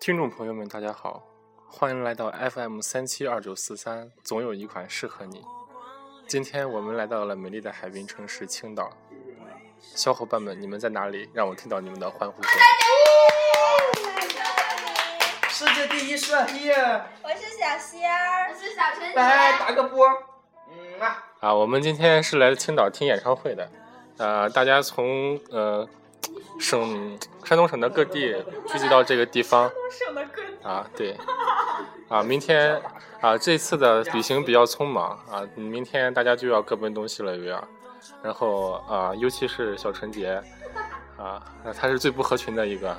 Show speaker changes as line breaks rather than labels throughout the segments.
听众朋友们，大家好，欢迎来到 FM 三七二九四三，总有一款适合你。今天我们来到了美丽的海滨城市青岛，小伙伴们，你们在哪里？让我听到你们的欢呼声。
世界第一帅弟，
我是小仙儿
我，是小陈
拜
姐，
打个波，嗯啊，
啊，我们今天是来青岛听演唱会的，呃，大家从呃省山东省的各地聚集到这个地方
省的歌
啊，对，啊，明天啊这次的旅行比较匆忙啊，明天大家就要各奔东西了，有点儿，然后啊，尤其是小纯洁啊，那她是最不合群的一个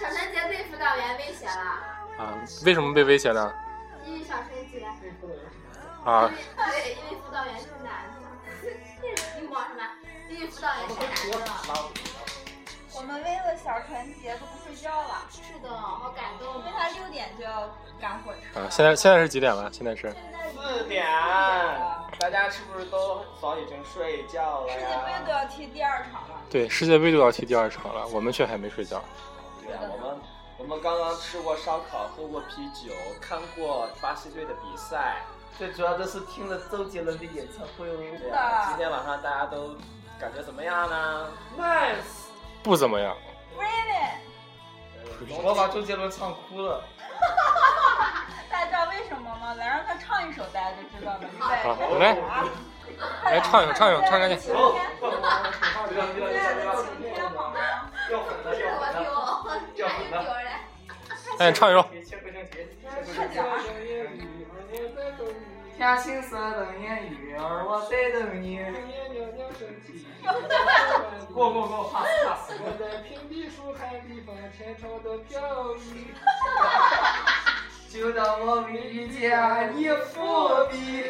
小陈杰被辅导员威胁了，
啊，为什么被威胁呢？
因为小陈杰，
啊，
对，因为辅导员是男的，你摸什么？因为辅导员是男的。
我们为了小纯洁都不睡觉了，
是的，好感
因
动
为。他六点就要赶火车。
啊，现在现在是几点了？现在是
四点，大家是不是都早已经睡觉了
世界杯都
呀？
要踢第二场了，
对世界杯都要踢第二场了，我们却还没睡觉。
对啊，我们我们刚刚吃过烧烤，喝过啤酒，看过巴西队的比赛，最主要的是听了周杰伦的演唱会哦。对啊，今天晚上大家都感觉怎么样呢？Nice。
不怎么样。
Raven，
我把周杰伦唱哭了。
大家知道为什么吗？来让他唱一首，大家就知道了。预备
好，来，来哎唱一首，唱一首，唱一首，
亲爱
要
的晴天好吗？
是我丢，还是丢人？
赶紧哎唱一首。
啊天青色等烟雨，而我在等你。过过过，pass
啊
pass。
我在平地书海里把前朝的飘逸，
就当我没遇见你伏笔。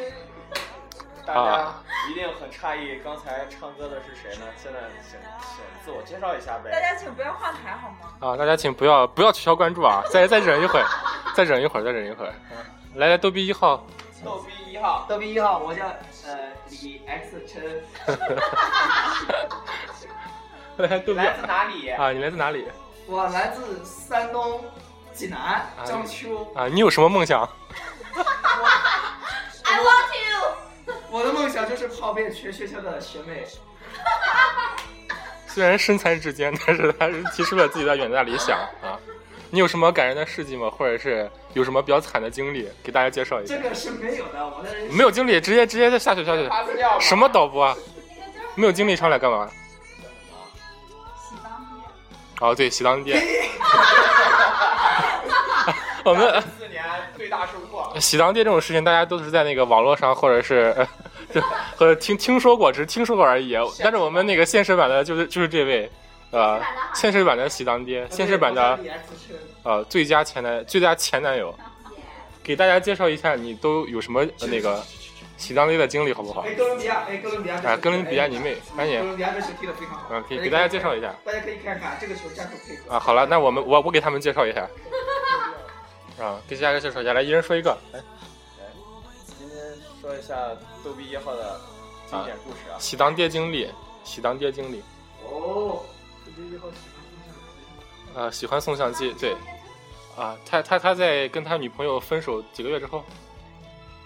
大
啊
家一定很诧异，刚才唱歌的是谁呢？现在请请自我介绍一下呗。
大家请不要换台好吗？
啊，大家请不要不要取消关注啊！再再忍一会儿，再忍一会儿，再忍一会儿。啊来来，逗比一号，
逗逼一号，逗逼一号，我叫呃李 X 陈，
来来逗比
来自哪里？
啊！你来自哪里
我来自山东济南
啊
章丘。
啊？你有什么梦想？
I want
我的梦想就是泡遍全学校的学妹。
虽然身材之坚， 但是他是提出了自己的远大理想啊！你有什么感人的事迹吗？或者是有什么比较惨的经历，给大家介绍一下
这？个是没有的，我的人
没有经历，直接直接下去下去。
发资料
什么导播啊？没有经历上来干嘛？
喜当爹，
哦，对，喜当爹。 我们
四年最大收获。
喜当爹这种事情，大家都是在那个网络上，或者是 呃就或者听听说过，只是听说过而已。但是啊我们那个现实版的，就是就是这位，呃，现实版的呃喜当爹，现实版的
李 X 陈，
呃最佳前男最佳前男友，给大家介绍一下你都有什么、呃那个喜当爹的经历好不好？
哎，哥伦比亚，哎，哥伦比亚这球，
啊，哥伦比亚你妹，赶
哎，哥
紧，
伦比亚这球踢得非常好。
嗯，给给大家介绍一下
大家可以看看这个球战术配合。
啊。好了，那我们我我给他们介绍 一下，啊，给大家介绍一下，来，一人说一个。
今天说一下逗比一号的
经典
故事啊。
喜当爹经历，喜当爹经历，
哦，
呃，喜欢宋
you。
尚基，对，啊，他他他在跟他女朋友分手几个月之后，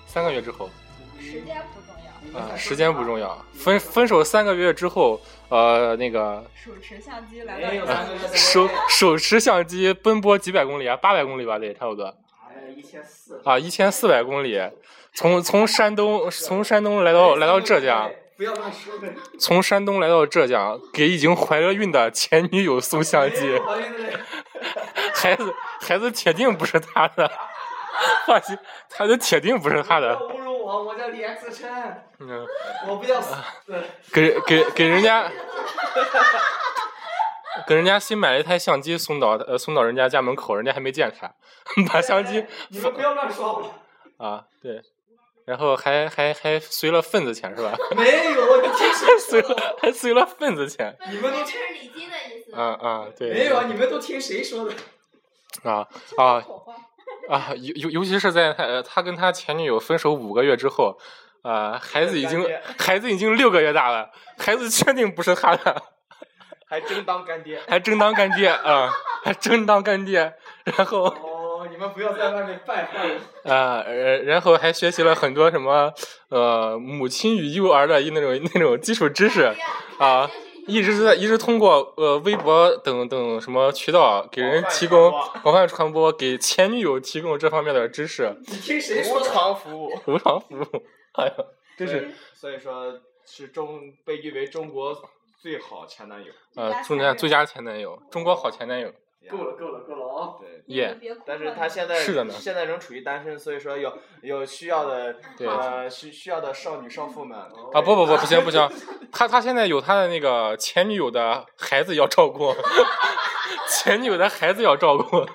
三个月之后，
时间不重要，
啊、时间不重要，分分手三个月之后，呃，那个
手持相机来到
哎
没有三个月的
手手持相机奔波几百公里啊，八百公里吧，得差不多
哎，一千四。
啊，一千四百公里，从从山东从山东来到哦来到浙江，，
不要乱说的。
从山东来到浙江，给已经怀了孕的前女友送相机。
哎对对对
孩子，孩子铁定不是他的，放心，孩子铁定不是他
不要
的。
侮辱我，我叫李 X 陈。
嗯，
我不要死，对
给给给人 家，给人家新买了一台相机送到呃送到人家家门口，人家还没见他， 把相机
你们不要乱说我，
啊对，然后还还还随了份子钱是吧？
没有，你听谁
还随
说
了
的？
还随了份子钱，
你们都是礼金的意思。
啊啊对，
没有，啊，你们都听谁说的？
啊啊
口话，
啊，尤尤尤其是在他、呃、他跟他前女友分手五个月之后，啊、孩子已经
感觉
孩子已经六个月大了，孩子确定不是他的，
还真当干爹。
还真当干爹啊、还真当干爹，然后
哦，你们不要在外面败坏我。
啊、呃，然后还学习了很多什么呃母亲与幼儿的一那种那种基础知
哎
识，啊一直是在一直通过呃微博等等什么渠道给人提 供
广泛传
广泛传播，给前女友提供这方面的知识，
你听谁说无偿服务？
无偿服务。哎呀，真是
所以说是中被誉为中国最好前男友。
呃，祝你最佳前男友，中国好前男友，
够了，够了，够了啊！
对，
耶、
别哭啊了
但是他现在
是的呢
现在仍处于单身，所以说有有需要的
对
呃需需要的少女少妇们哦
啊不不不不行不行，他他现在有他的那个前女友的孩子要照顾， 前女友的孩子要照顾。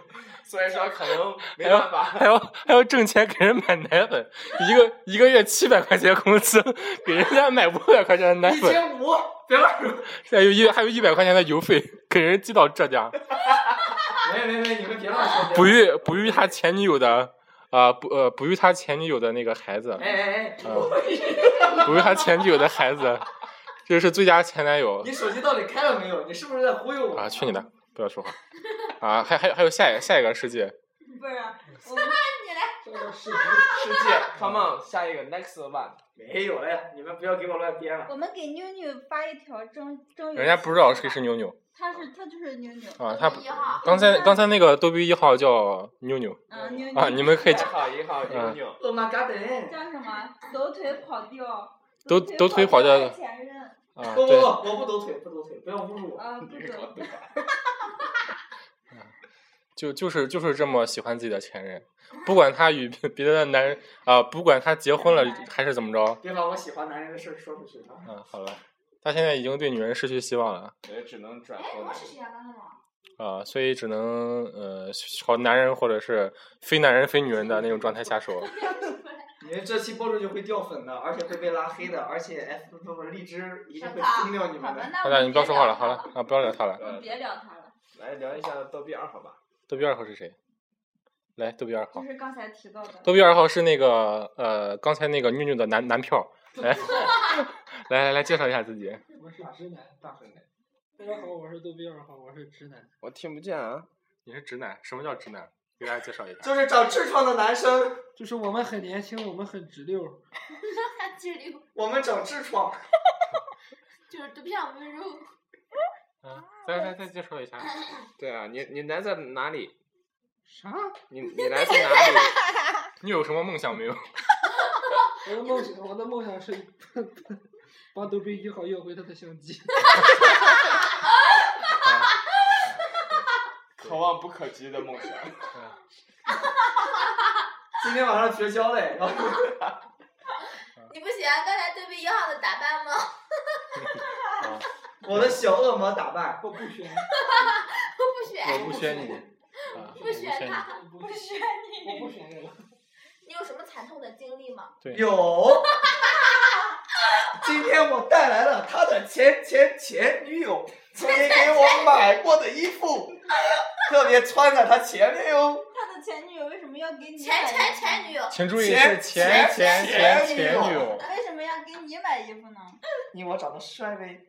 所以说 可能没
还要
办法。
还要还要挣钱给人买奶粉，一个一个月七百块钱工资，给人家买五百块钱的奶
一
粉，
千五，别玩儿。
还有一还有一百块钱的邮费，给人寄到浙江，
没没没，你们别乱说。别乱说
哺育哺育他前女友的啊哺呃哺育他前女友的那个孩子，
哎哎哎，
哺育他前女友的孩子，这是最佳前男友
你手机到底开了没有？你是不是在忽悠我？
啊！ 去你的，不要说话啊！还还有还有下一下一个世界，
不是啊我
这个视
世界，Come on，下一个 next one。没有了呀，你们不要给我乱编了。
我们给妞妞发一条征征友，
人家不知道谁是妞妞
他是他就是妞妞，
啊！他
一号，
刚才刚才那个逗比一号叫妞妞
嗯妞妞
啊，你们可以嗯
一号一号妞妞。Oh my god！
叫什么？抖腿跑调，
抖抖腿跑调
爱前任
啊，
不不
对
不，，我不抖腿，不抖腿，不要侮辱我。
啊，不懂。
就就是就是这么喜欢自己的前任，不管他与别别的男人啊、不管他结婚了还是怎么着，
别把我喜欢男人的事儿说出去啊！
嗯，好了，他现在已经对女人失去希望了
也只能转
哎，我是谁啊？刚才我
啊、所以只能呃朝男人或者是非男人非女人的那种状态下手。
你们这期播出就会掉粉的，而且会被拉黑的，而且 F 不不荔枝一定会封掉你
好吧
们的。
那
好
我
了，
们
你不要说话了，好
别聊
了
他了，
啊，不要聊他了。
我们别聊他了，
来聊一下逗比二号吧。
逗比二号是谁？来，逗比二号
就，是刚才提到的。
逗比二号是那个呃刚才那个妞妞的男男票，来 来来来介绍一下自己。
我是直男，大直男。大家好，我是逗比二号，我是直男。
我听不见啊。
你是直男？什么叫直男？给大家介绍一下。
就是长痔疮的男生，
就是我们很年轻，我们很直溜。
他这里
我们长痔疮。
就是都不像温柔。
啊
啊
嗯，再来再介 绍一下。
对啊，你你来自哪里？
啥？
你你来 自哪里？啊
你有什么梦想没有？
我的梦想，我的梦想是 帮逗比一号要回他的相机。
可望不可及的梦想。
嗯
今天晚上绝交嘞！
你不喜欢刚才对比一号的打扮吗？
啊，
我的小恶魔打扮，
我不选，
我不
我
选，
不选你，啊，
不选
你。
他。
我不
不
选，
是
我不
你，
选这个。
你有什么惨痛的经历吗？
对
有。今天我带来了他的前前前女友曾经给我买过的衣服，特别穿在他前面哟。
他的前女友为什么要给你
前前前女
友？
友，
请注意
前
是前
前
前前
前
前
女
女友。
为什么要给你买衣服呢？
你我长得帅呗。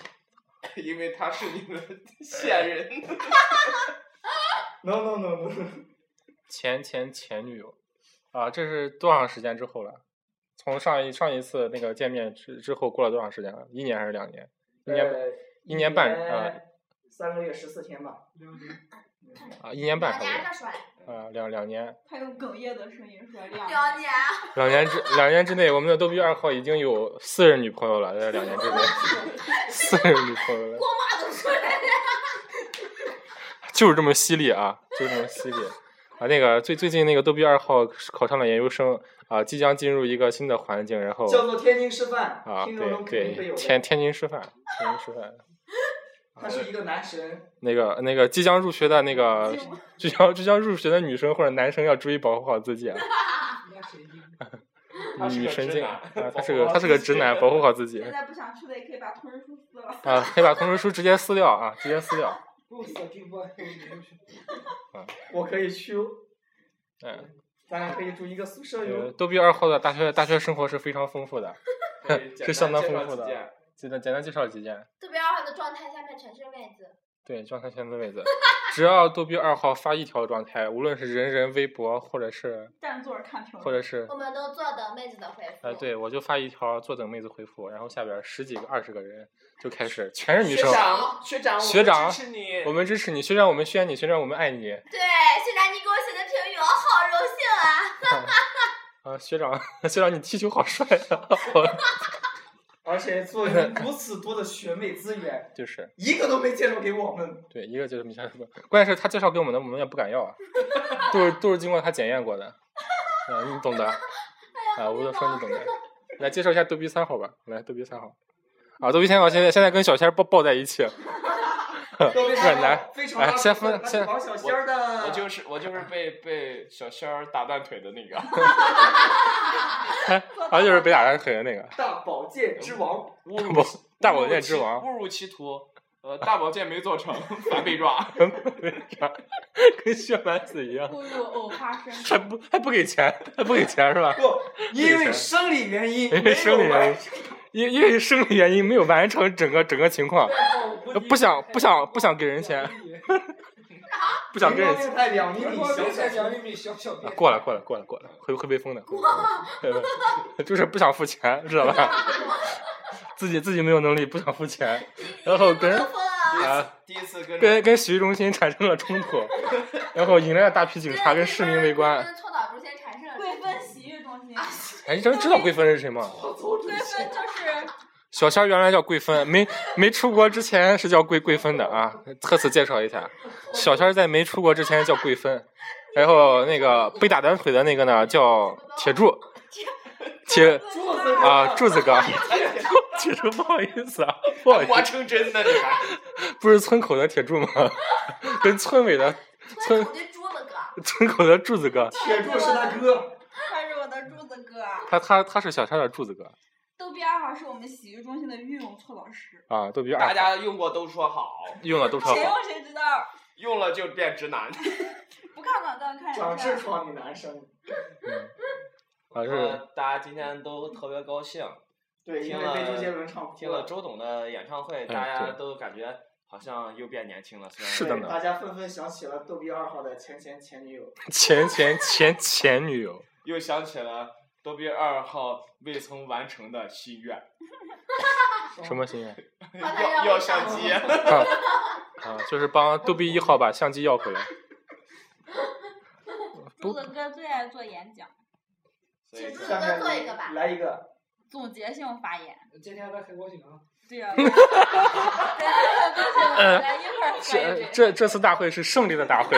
因为他是你的现任。no no no no, no。
前前前女友，啊，这是多长时间之后了？从上一上一次那个见面之之后过了多长时间了？一年还是两年？一年
呃
一年半啊
年三个月十四天吧。
了解。
啊，一年半
两
差
年
不
这说来，
多啊，两两年，
他用哽咽的声音说两
两年
两年之两年之内，我们的逗比二号已经有四任女朋友了，在两年之内， 四任女朋友了。
话都说来了。
就是这么犀利啊，就是这么犀利啊！那个最最近那个逗比二号考上了研究生啊，即将进入一个新的环境，然后
叫做天津师范，
啊，
听众中肯
对
定会有
对，
的。
天天津师范，天津师范
他是一个男神，
那个那个即将入学的那 个
就
即将即将入学的女生或者男生要注意保护好自己 啊，
那谁赢？
他是
女
个
神
直
经
男
啊， 他是个他是个直男，保护好自己
现在不想去的也可以把通知书撕了。
啊，可以把通知书直接撕掉啊，直接撕 掉，
给我死直播，我不选。
我可以去哦，
嗯，
咱俩可以住一个宿舍
呃
哟。
逗比二号的大学大学生活是非常丰富的，
可以简单
是相当
介绍
丰富
几
的
件
简单简单介绍几件。
特别二号的状态下面全是妹子。
对，状态全的位子，只要逗比二号发一条状态，无论是人人、微博，或者是
站坐着看评论，
或者是
我们都坐等妹子的回复。
呃，对我就发一条，坐等妹子回复，然后下边儿十几个、二十个人就开始全是女
学
生，
长，学长，我们
学长
支持你。
我们支持你，学长我们宣你，学长我们爱你，
对，学长，你给我写的评语，我好荣幸啊！
啊，学长 学长你踢球好帅啊， 我
而且作为如此多的学妹资源，
就是
一个都没介绍给我 们。
对一个就是米莎，关键是他介绍给我们的，我们也不敢要 啊，都是都是经过他检验过的，啊，你懂的。
哎
啊，
呀，
我就
都
说你懂的。来介绍一下逗比三号吧，来逗比三号。啊，逗比三号现在现在跟小仙儿抱抱在一起，
都
有
非
点
常
难
非常
哎
拉
先
风的
分
他是
先
王小仙儿的，
我就是我就是被被小仙儿打断腿的那 个，
啊，就是被打断腿的那个
大保健之王。
侮辱
不
其
大
侮
保
辱
健
其
之王
侮辱其徒。呃，大保健没做成，反被抓。
跟薛蛮子一样，
侮辱偶发生。
还不还不给钱，还不给钱是吧？
不，因
这个
为
事
生理原因，
因为生理原因，因因为生理原因没有完成整个整个情况，哦不想不想不想给人钱， 不
不
想给 人钱。
才两厘米，
我
小
这才
小
两厘米，小小
啊
便。
过来过来过来过来，会会被封的，会被封的 就是不想付钱，知道吧？ 自己自己没有能力，不想付钱，然后跟人
疯了，
啊，
第一次跟
跟跟洗浴中心产生了冲突，然后引来了大批警察跟市民围观。
跟臭岛中心产生了
贵芬洗浴中心，
啊
哎，你知道知道桂芬是谁吗？
贵芬就是
小仙儿原来叫桂芬，没没出国之前是叫桂桂芬的啊，特此介绍一下。小仙儿在没出国之前叫桂芬，然后那个被打断腿的那个呢叫铁柱，铁
柱子哥
啊柱子哥。 其实不好意思啊，不好意
我
思，
成真的，你还
不是村口的铁柱吗？ 跟村委的
村口的猪子哥，
村口的柱子哥，
铁柱是他哥，
他是我的柱子哥，啊
他他他是小仙儿的柱子哥
逗比二号是我们洗浴中心的御用搓澡师，
啊，都比
大
二
家用过都说好，
用了都说
谁
好。
用谁知道，
用了就变直男。
不看广告看
长痔
人看。
疮的男生。
啊，是
呃，大家今天都特别高兴，
对，因
听
为
了
被周杰伦唱哭
听了周董的演唱会，
嗯
大家
对
都感觉好像又变年轻了。虽然
是的呢
大家纷纷想起了逗比二号的前前前女友。
前前前前女友，
又想起了逗比二号未曾完成的心愿，
什么心愿？
把他让
要要相机。
啊啊，就是帮逗比一号把相机要回来。
柱子哥最爱做演讲，
所以说
请自己再做一个吧
来一个。
总结性发言。
呃今天他很高兴啊！
对 呀、啊，来一会儿喝
这
一杯。
这这次大会是胜利的大会，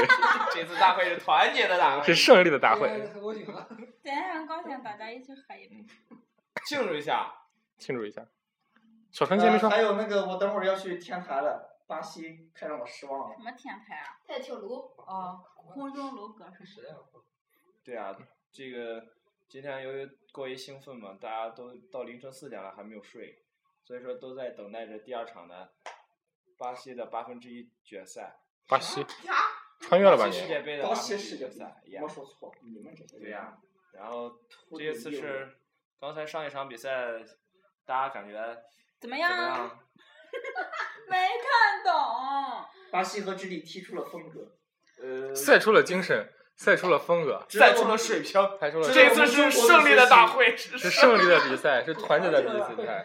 这次大会是团结的大
是
会。
胜利的大
今
会，
嗯
天很高兴 啊！
今天很高兴大家一起喝一杯。
庆祝一下，
庆祝一下。小陈先没
呃
说，
还有那个，我等会儿要去天台了，巴西太让我失望了。
什么天台啊？
太挺炉，
哦，空中楼阁是谁？啊
对啊，这个今天由于过于兴奋嘛，大家都到凌晨四点了还没有睡，所以说都在等待着第二场的巴西的八分之一决赛，
巴西穿越了吧
巴西世
你？
界杯的
巴
八分
西
之
世
一
界
决
杯
赛，
我
yeah
说错，你们这些人
对呀、然后这一次是刚才上一场比赛，大家感觉
怎么
怎
样？
么样？啊
没看懂。
巴西和智利踢出了风格，
呃，
赛出了精神，赛出了风格，
赛出了水平。
赛出了
这次是胜利的大会，
是
是
胜利的比赛，是团结的比赛。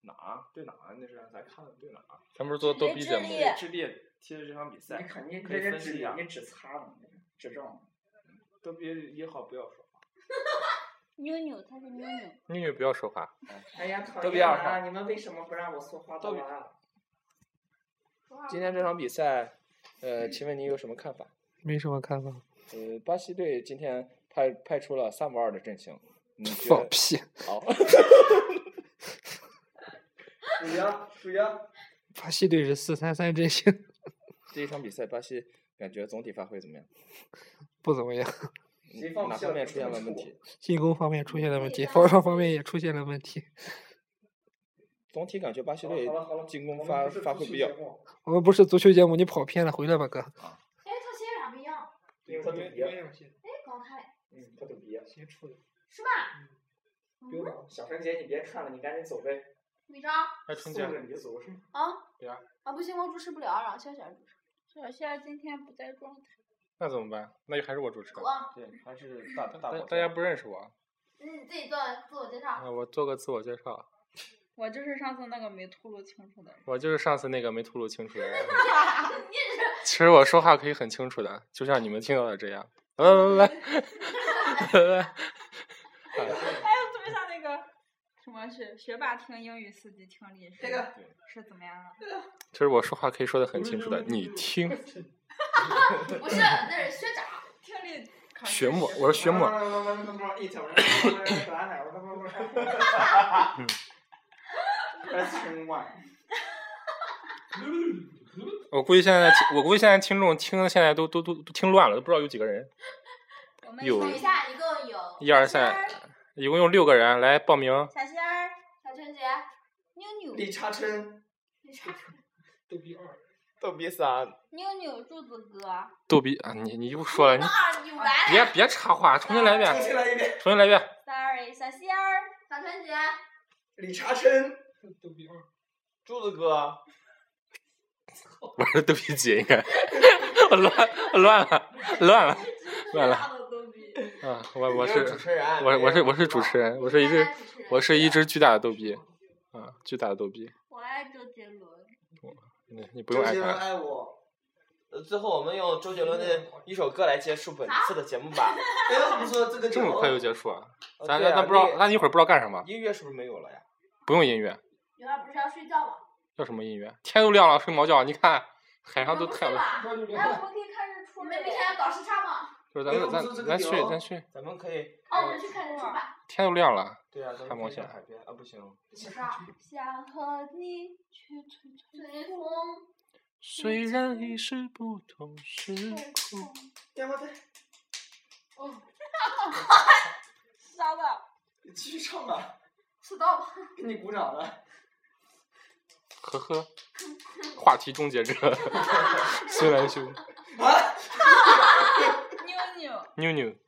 哪儿对哪儿那是咱看的对哪儿
咱们不是做逗比节目
智利
智利踢的这场比
你
赛，
肯定
可以
这些
分析
指
一下
你指擦了，指正了。
逗比一号不要说。
妞妞，她是妞妞。
女女不要说话，
哎呀，讨
都比
厌
二
啊！你们为什么不让我说话
都
到
比
完？
今天这场比赛，呃，请问您有什么看法？
没什么看法。
呃，巴西队今天派派出了三五二的阵型，你觉
放
得
屁！
好？
属羊，属羊，
巴西队是四三三阵型，
这一场比赛巴西感觉总体发挥怎么样？
不怎么样，
谁放
哪
屁
方
了
面
谁
出现
不
了问
出
题？
进攻方面出现了问题，
对
防守方面也出现了问题。
总体感觉巴西
好了
队
好了好了
进攻
我们
发
不是
发
足
挥
球
比较
节目
我们不是足球节目，你跑偏了，回来吧，哥。
哎，他鞋有啥不一样？
因为他懂别，
哎，搞开了，
嗯，他懂别。
先出的，
是吧？
丢
嗯，
了。
小陈姐，你别看了，你赶紧走呗。
女章
哎，春姐
送，着你走是吗？
啊
对啊
啊，不行，我主持不了，让小小主持。
小夏今天不在状态。
那怎么办？那就还是我主持。
我，
对，还是大大
大
宝
大家不认识我，
嗯，你自己做自我介绍。
啊我做个自我介绍，
我就是上次那个没吐露清楚的人。
我就是上次那个没吐露清楚的人。
你是
其实我说话可以很清楚的，就像你们听到的这样。来来来来来，
哎，我特别像那个什么是学霸听英语四级听力是
这个
是怎么样啊？
就是我说话可以说的很清楚的，你听。
不是？那是学长。
听力考试
学墨，
是
我是学墨。
啊一条人，哈 哈
我估计现在听，我估计现在听众听现在都都都都听乱了，都不知道有几个人。
我们
有
等一下，一共有
一二三，一共有六个人来报名。
小仙儿、
小春节、妞妞、
李查琛，
李查
逗比二，
逗比三，
妞妞、柱子哥，
逗比啊，你你又说了，你
二，你完。
别别插话，重新来一遍
重，新来一遍，
重新来一
啊
遍。
sorry，小仙儿，
小春节、
李查琛，
逗比二，
柱子哥，
我是逗比姐应该，我乱我乱了乱了 乱 了
的逗比。
啊！我我是
主持人，
我我是我是主持人，我是一只
大家主持人
我是一只巨大的逗比，啊，巨大的逗比。
我爱周 杰伦。
你你不
不
用爱
爱
他了。
爱我，
呃最后我们用周杰伦的一首歌来结束本次的节目吧。
哎，我们说这个哦
这么快就结束啊？
呃
咱
对
咱
啊
咱不知道
那，个
咱一会儿不知道干什么？
音乐是不是没有了呀？
不用音乐，
女孩不是要睡觉吗？
要什么音乐？天都亮了，睡毛觉。你看海上都
不
太阳，
睡吧
那
哎，
就聊。
我们可以看日
我
出
们
了
明天要搞时差吗？哦
就是
哎我
咱
们做这
咱
个
咱去
表
咱去，
咱们可以，
哦
呃
那我们去看日出吧。
天都亮了，
对啊，咱
看
们可
冒
以
险
上海边啊，不行，
不知道，
想和你去吹
孙悟空。
虽然已是不同时空。
电话费，
沙的。
你继续唱吧，
迟到吧。
给你鼓掌了。
呵呵，话题终结者， 虽然兄
啊，
妞妞，
妞妞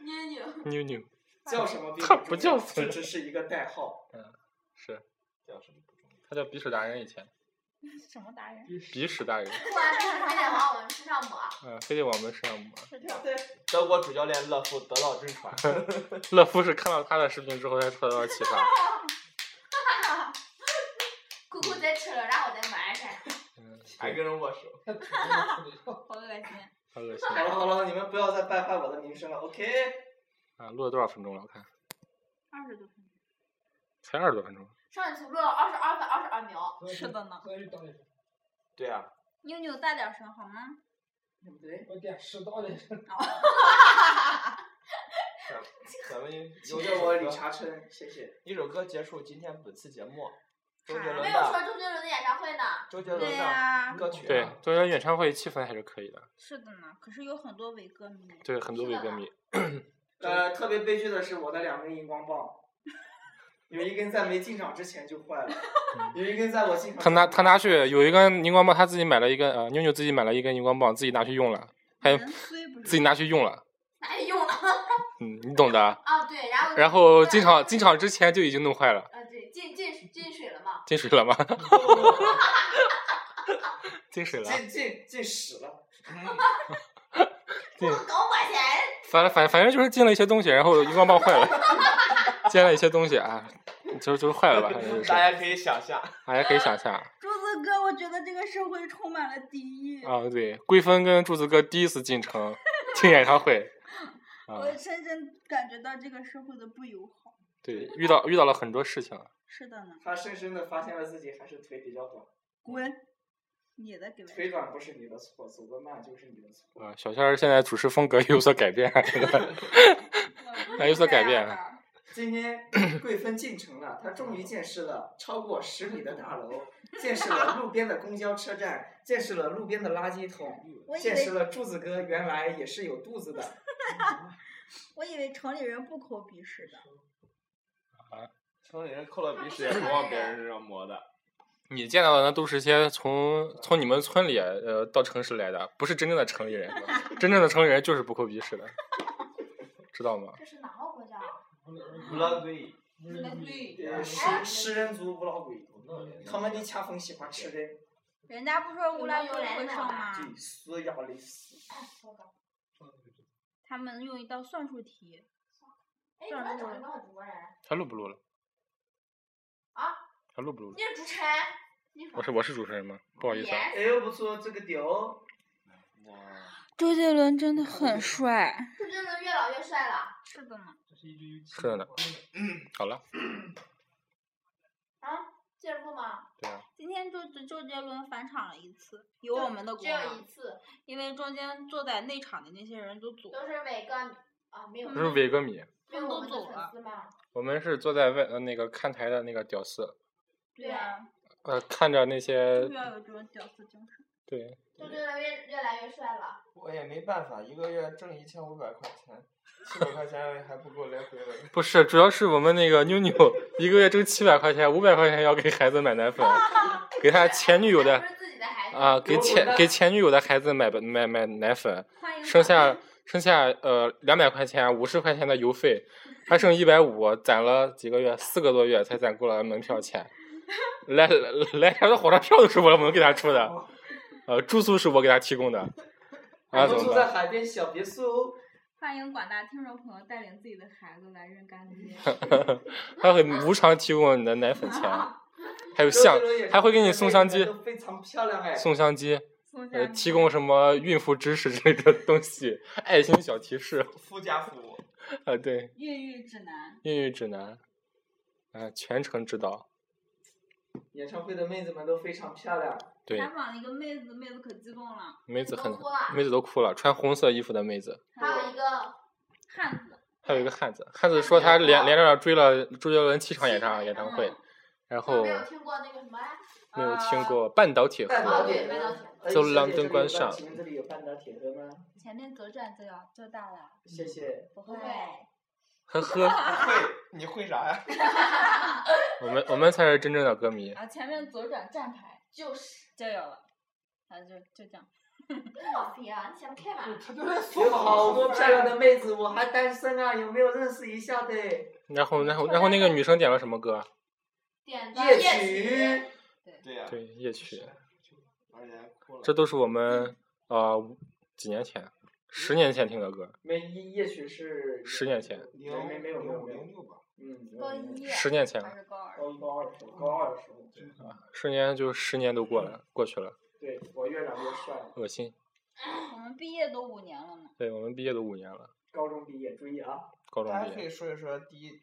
妞妞。
妞妞
叫什么？
他不叫
这只是一个代号。
是，
叫什么不重要。
他叫鼻屎达人以前，
什么达人？
鼻屎达 人，
不然就是非得往我们身上啊抹。
嗯、非得往我们身上抹。
是的。
对，
德国主教练勒夫得到真 传，
乐夫是看到他的视频之后才受到启发，
姑姑再吃了，然后我再埋汰。
嗯，
还跟人握手。
好恶心。
好恶心
好了好了，你们不要再败坏我的名声了，OK。
啊！录了多少分钟了？我看
二十多分
才二十多分钟。
上一次录了二十二分二十二秒。
钟。是的呢。
那就当然，
对啊，
妞妞大点声好吗？
对不对？
我点适当的。
咱咱们
请
由
叫我李查琛，谢谢。
一首歌结束今天本次节目。周
嗯
杰
没
伦
有
的
说周杰伦的演唱会呢。
周杰
对
伦的
呀、
歌曲。
对，中间演唱会气氛还是可以的，
是的呢。可是有很多伪歌迷。
对很多伪歌迷。
呃，特别悲剧的是我的两根荧光棒，有一根在没进场之前就坏了，有一根在我进
嗯
场。
他拿他拿去有一根荧光棒，他自己买了一根，呃，妞妞自己买了一根荧光棒，自己拿去用了，还有
人虽不
自己
是。
拿去用了，
哪里用了？
嗯，你懂的。
啊，对，然后。
然后进场进。场之前就已经弄坏了，
啊，对，进进进水了嘛？
进水了吗？ 进水了，
进进进屎了，
不
嗯
能搞我人。
反反反正就是进了一些东西，然后荧光棒坏了， 进了一些东西啊，就就坏了吧，反正就是。
大家可以想象，
大家可以想象啊、
柱子哥，我觉得这个社会充满了敌意。
啊对，桂芬跟柱子哥第一次进城听演唱会，啊、
我深深感觉到这个社会的不友好。
对，遇到遇到了很多事情，啊
是的呢。
他深深的发现了自己还是腿比较短，
滚！你的给我。
腿短不是你的错，走得慢就是你的错。
啊，小仙儿现在主持风格有所改变，
我不是
有所
这
改变啊
样
了
的
今 天贵芬进城了，他终于见识了超过十米的大楼，见识了路边的公交车站，见识了路边的垃圾桶，
我以
见识
为
了柱子哥原来也是有肚子的。
我以为城里人不抠鼻屎的，
城里人抠了鼻屎也不往别人身上抹的，
你见到的那都是些从从你们村里呃到城市来的，不是真正的城里人。 真正的城里人就是不抠鼻屎的，知道吗？
这是哪个国家啊？
乌拉圭，
哎
呃食食人族乌拉圭，他们的恰逢喜欢吃人，
人家不说乌拉圭会上吗？
对，斯亚雷斯。
他们用一道算术题，
哎，你们找一个主播人
还录不录了？
啊？
还录不录了
你？是主持人，你
我是我是主持人吗？不好意思啊，
演
哎呦不错，这个屌，
周杰伦真
嗯
的很帅。
是真的越老越帅了
是的呢，
是的呢。好了，
啊？接着录吗？
对啊，
今天周周杰伦返场了一次，有我们的
只
功
有一
劳，
次，
因为中间坐在内场的那些人都走了
都，是伟哥啊，没有，
这是
没
伪歌迷，
有我
都
们
走
的粉
了。
丝吗？
我们是坐在外呃那个看台的那个屌丝，
对啊呀，
呃看着那些
就要有这种屌丝精神。
对
就真的越越来越帅了。
我也没办法，一个月挣一千五百块钱，七百块钱还不够来回的。
不是，主要是我们那个妞妞一个月挣七百块钱，五百块钱要给孩子买奶粉，给他前女友的
还不是自己的孩子，
啊，给前给前女友的孩子买买买奶粉，
欢迎
剩
他
下剩下呃两百块钱、五十块钱的邮费，还剩一百五，攒了几个月，四个多月才攒够了门票钱。来来来回的火车票都是我们给他出的，呃，住宿是我给他提供的，啊，
哎我
怎
们
么
住
办？
在海边小别墅，
欢迎广大听众朋友带领自己的孩子来认干 爹。
他会无偿提供你的奶粉钱，还有
周杰
相
伦也，是
还会给你
这
送
辈
相
子
机，
都非常漂亮哎。
送相机，
松下
呃，
你
提供什么孕妇知识之类的东西， 爱心小提示，
附加服务，
啊，对，
孕育指南，
孕育指南，啊，全程指导，
演唱会的妹子们都非常漂亮，
对
采，访了一个妹子，妹子可激动了，
妹子很
都哭了，
妹子都哭了，穿红色衣服的妹子，
还有一个
汉子。
还有一个汉子，汉子说他连连着追了周杰伦七场演唱演唱会，然后
没有呃听过那个什么来，
没有听过半岛铁
半岛
盒，
铁哎
哦对半岛铁
盒。
走廊灯关上
请问这里有半岛铁盒吗？
前面左转就要就到了，
谢谢。
不
不会
呵呵，
会 你会啥呀？
我们我们才是真正的歌迷，
啊，前面左转站牌
就是
就有了，啊，就就这样。
我逼啊，你想不开嘛？
有好多漂亮的妹子，我还单身啊，有没有认识一下的？夜
然后然后然后那个女生点了什么歌啊？
点的夜曲，
曲，
对呀、
对，夜曲。
而且还哭了。
这都是我们呃几年前，十年前听的歌，
没夜曲是
十年前，
没没没有没有没有，
六吧，
嗯，没有
高
没有
一
十年前
还
了，
是高二？
高一高二的时候，高二的时候，
十年就十年都过了过去了，
对我越长越帅，
恶心。
我们毕业都五年了呢。
对我们毕业都五年了，
高中毕业，注意啊，
高中
大
毕
家可以
业，
说一说第一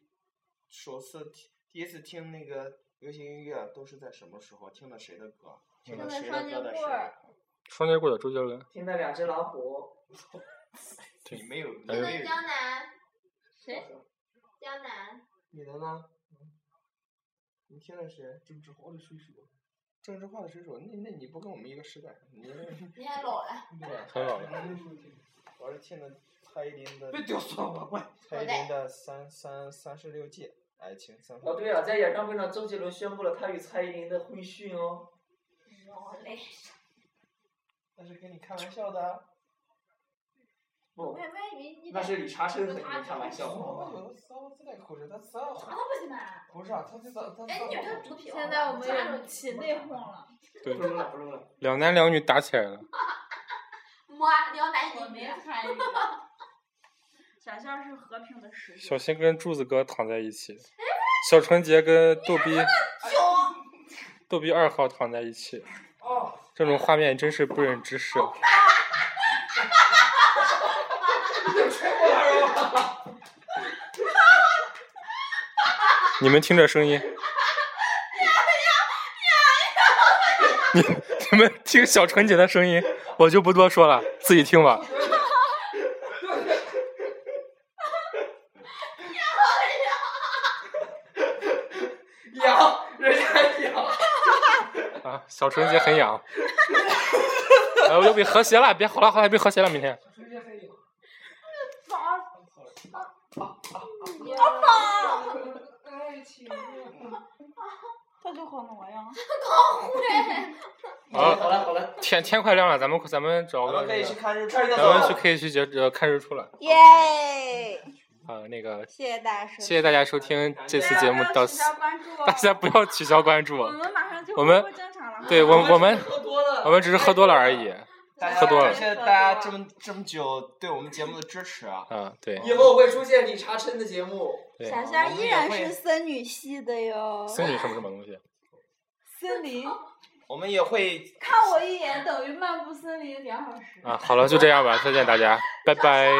首次听第一次听那个流行音乐都是在什么时候？听的谁的歌？听
听
的
的
谁
双
的
截
歌的
棍
谁的
儿
歌？
双截棍的周杰伦，
听到两只老虎，
你没有，你
哎
听
呦
的
没有，
江南，
谁？
江南，
你的呢？嗯你听的谁？郑智化的《水手》。郑智化的《水手》，那那你不跟我们一个时代， 你对
你还 老了，
很老了。
我是听的蔡依林的，
别屌丝我喂。
蔡依林的《三三三十六计》，爱情三十
哦
六
对了，在演唱会上，周杰伦宣布了他与蔡依林的婚讯哦。
老嘞，
那是跟你开玩笑的啊。
不
我，也没以为你
那是理查森和你们开玩笑哦
我
好吗？
有的时候自带口吃，他啥
那不行吧？
不是啊，他这咋他
哎，你这毒品，
现在我们
加
有
入
起内讧了，
不
对，
录了，不录 了。
两男两女打起来了，
摸啊撩男
我
女
没
女，
参 与。小象是和平的使
小
者，
新跟柱子哥躺在一起，小纯洁跟逗逼逗逼二号躺在一起，
哦，
这种画面真是不忍直视。你们听这声音，你你们听小纯姐的声音，我就不多说了，自己听吧。啊小纯洁很痒。 哎，我又被和谐了，别吼了，好了，被和谐了，明天。
春节还有。
啊
爱情啊！
他就好挪呀。
好
好
了，
了好了，
天天快亮了，咱们咱们找个
我们可
那
以
个
去，看日出了。
咱们去可以去结呃看日出了。
耶！
啊，那个
谢谢大家收听，
谢谢大家收听这次节目 到
取
此，
消关注哦。
大家不要取消关注
我。们马上就
我们
恢复正常了。
对我我们
喝多了，
我们只是喝多了而已。
大家
喝多了
感谢大家这么这么久对我们节目的支持啊！
啊，对
以后会出现理查琛的节目。
对，
小仙儿依然是森女系的哟，
森女什么什么东西？
森林，
我们也会
看我一眼等于漫步森林两小时。
啊，好了，就这样吧，再见大家，拜拜。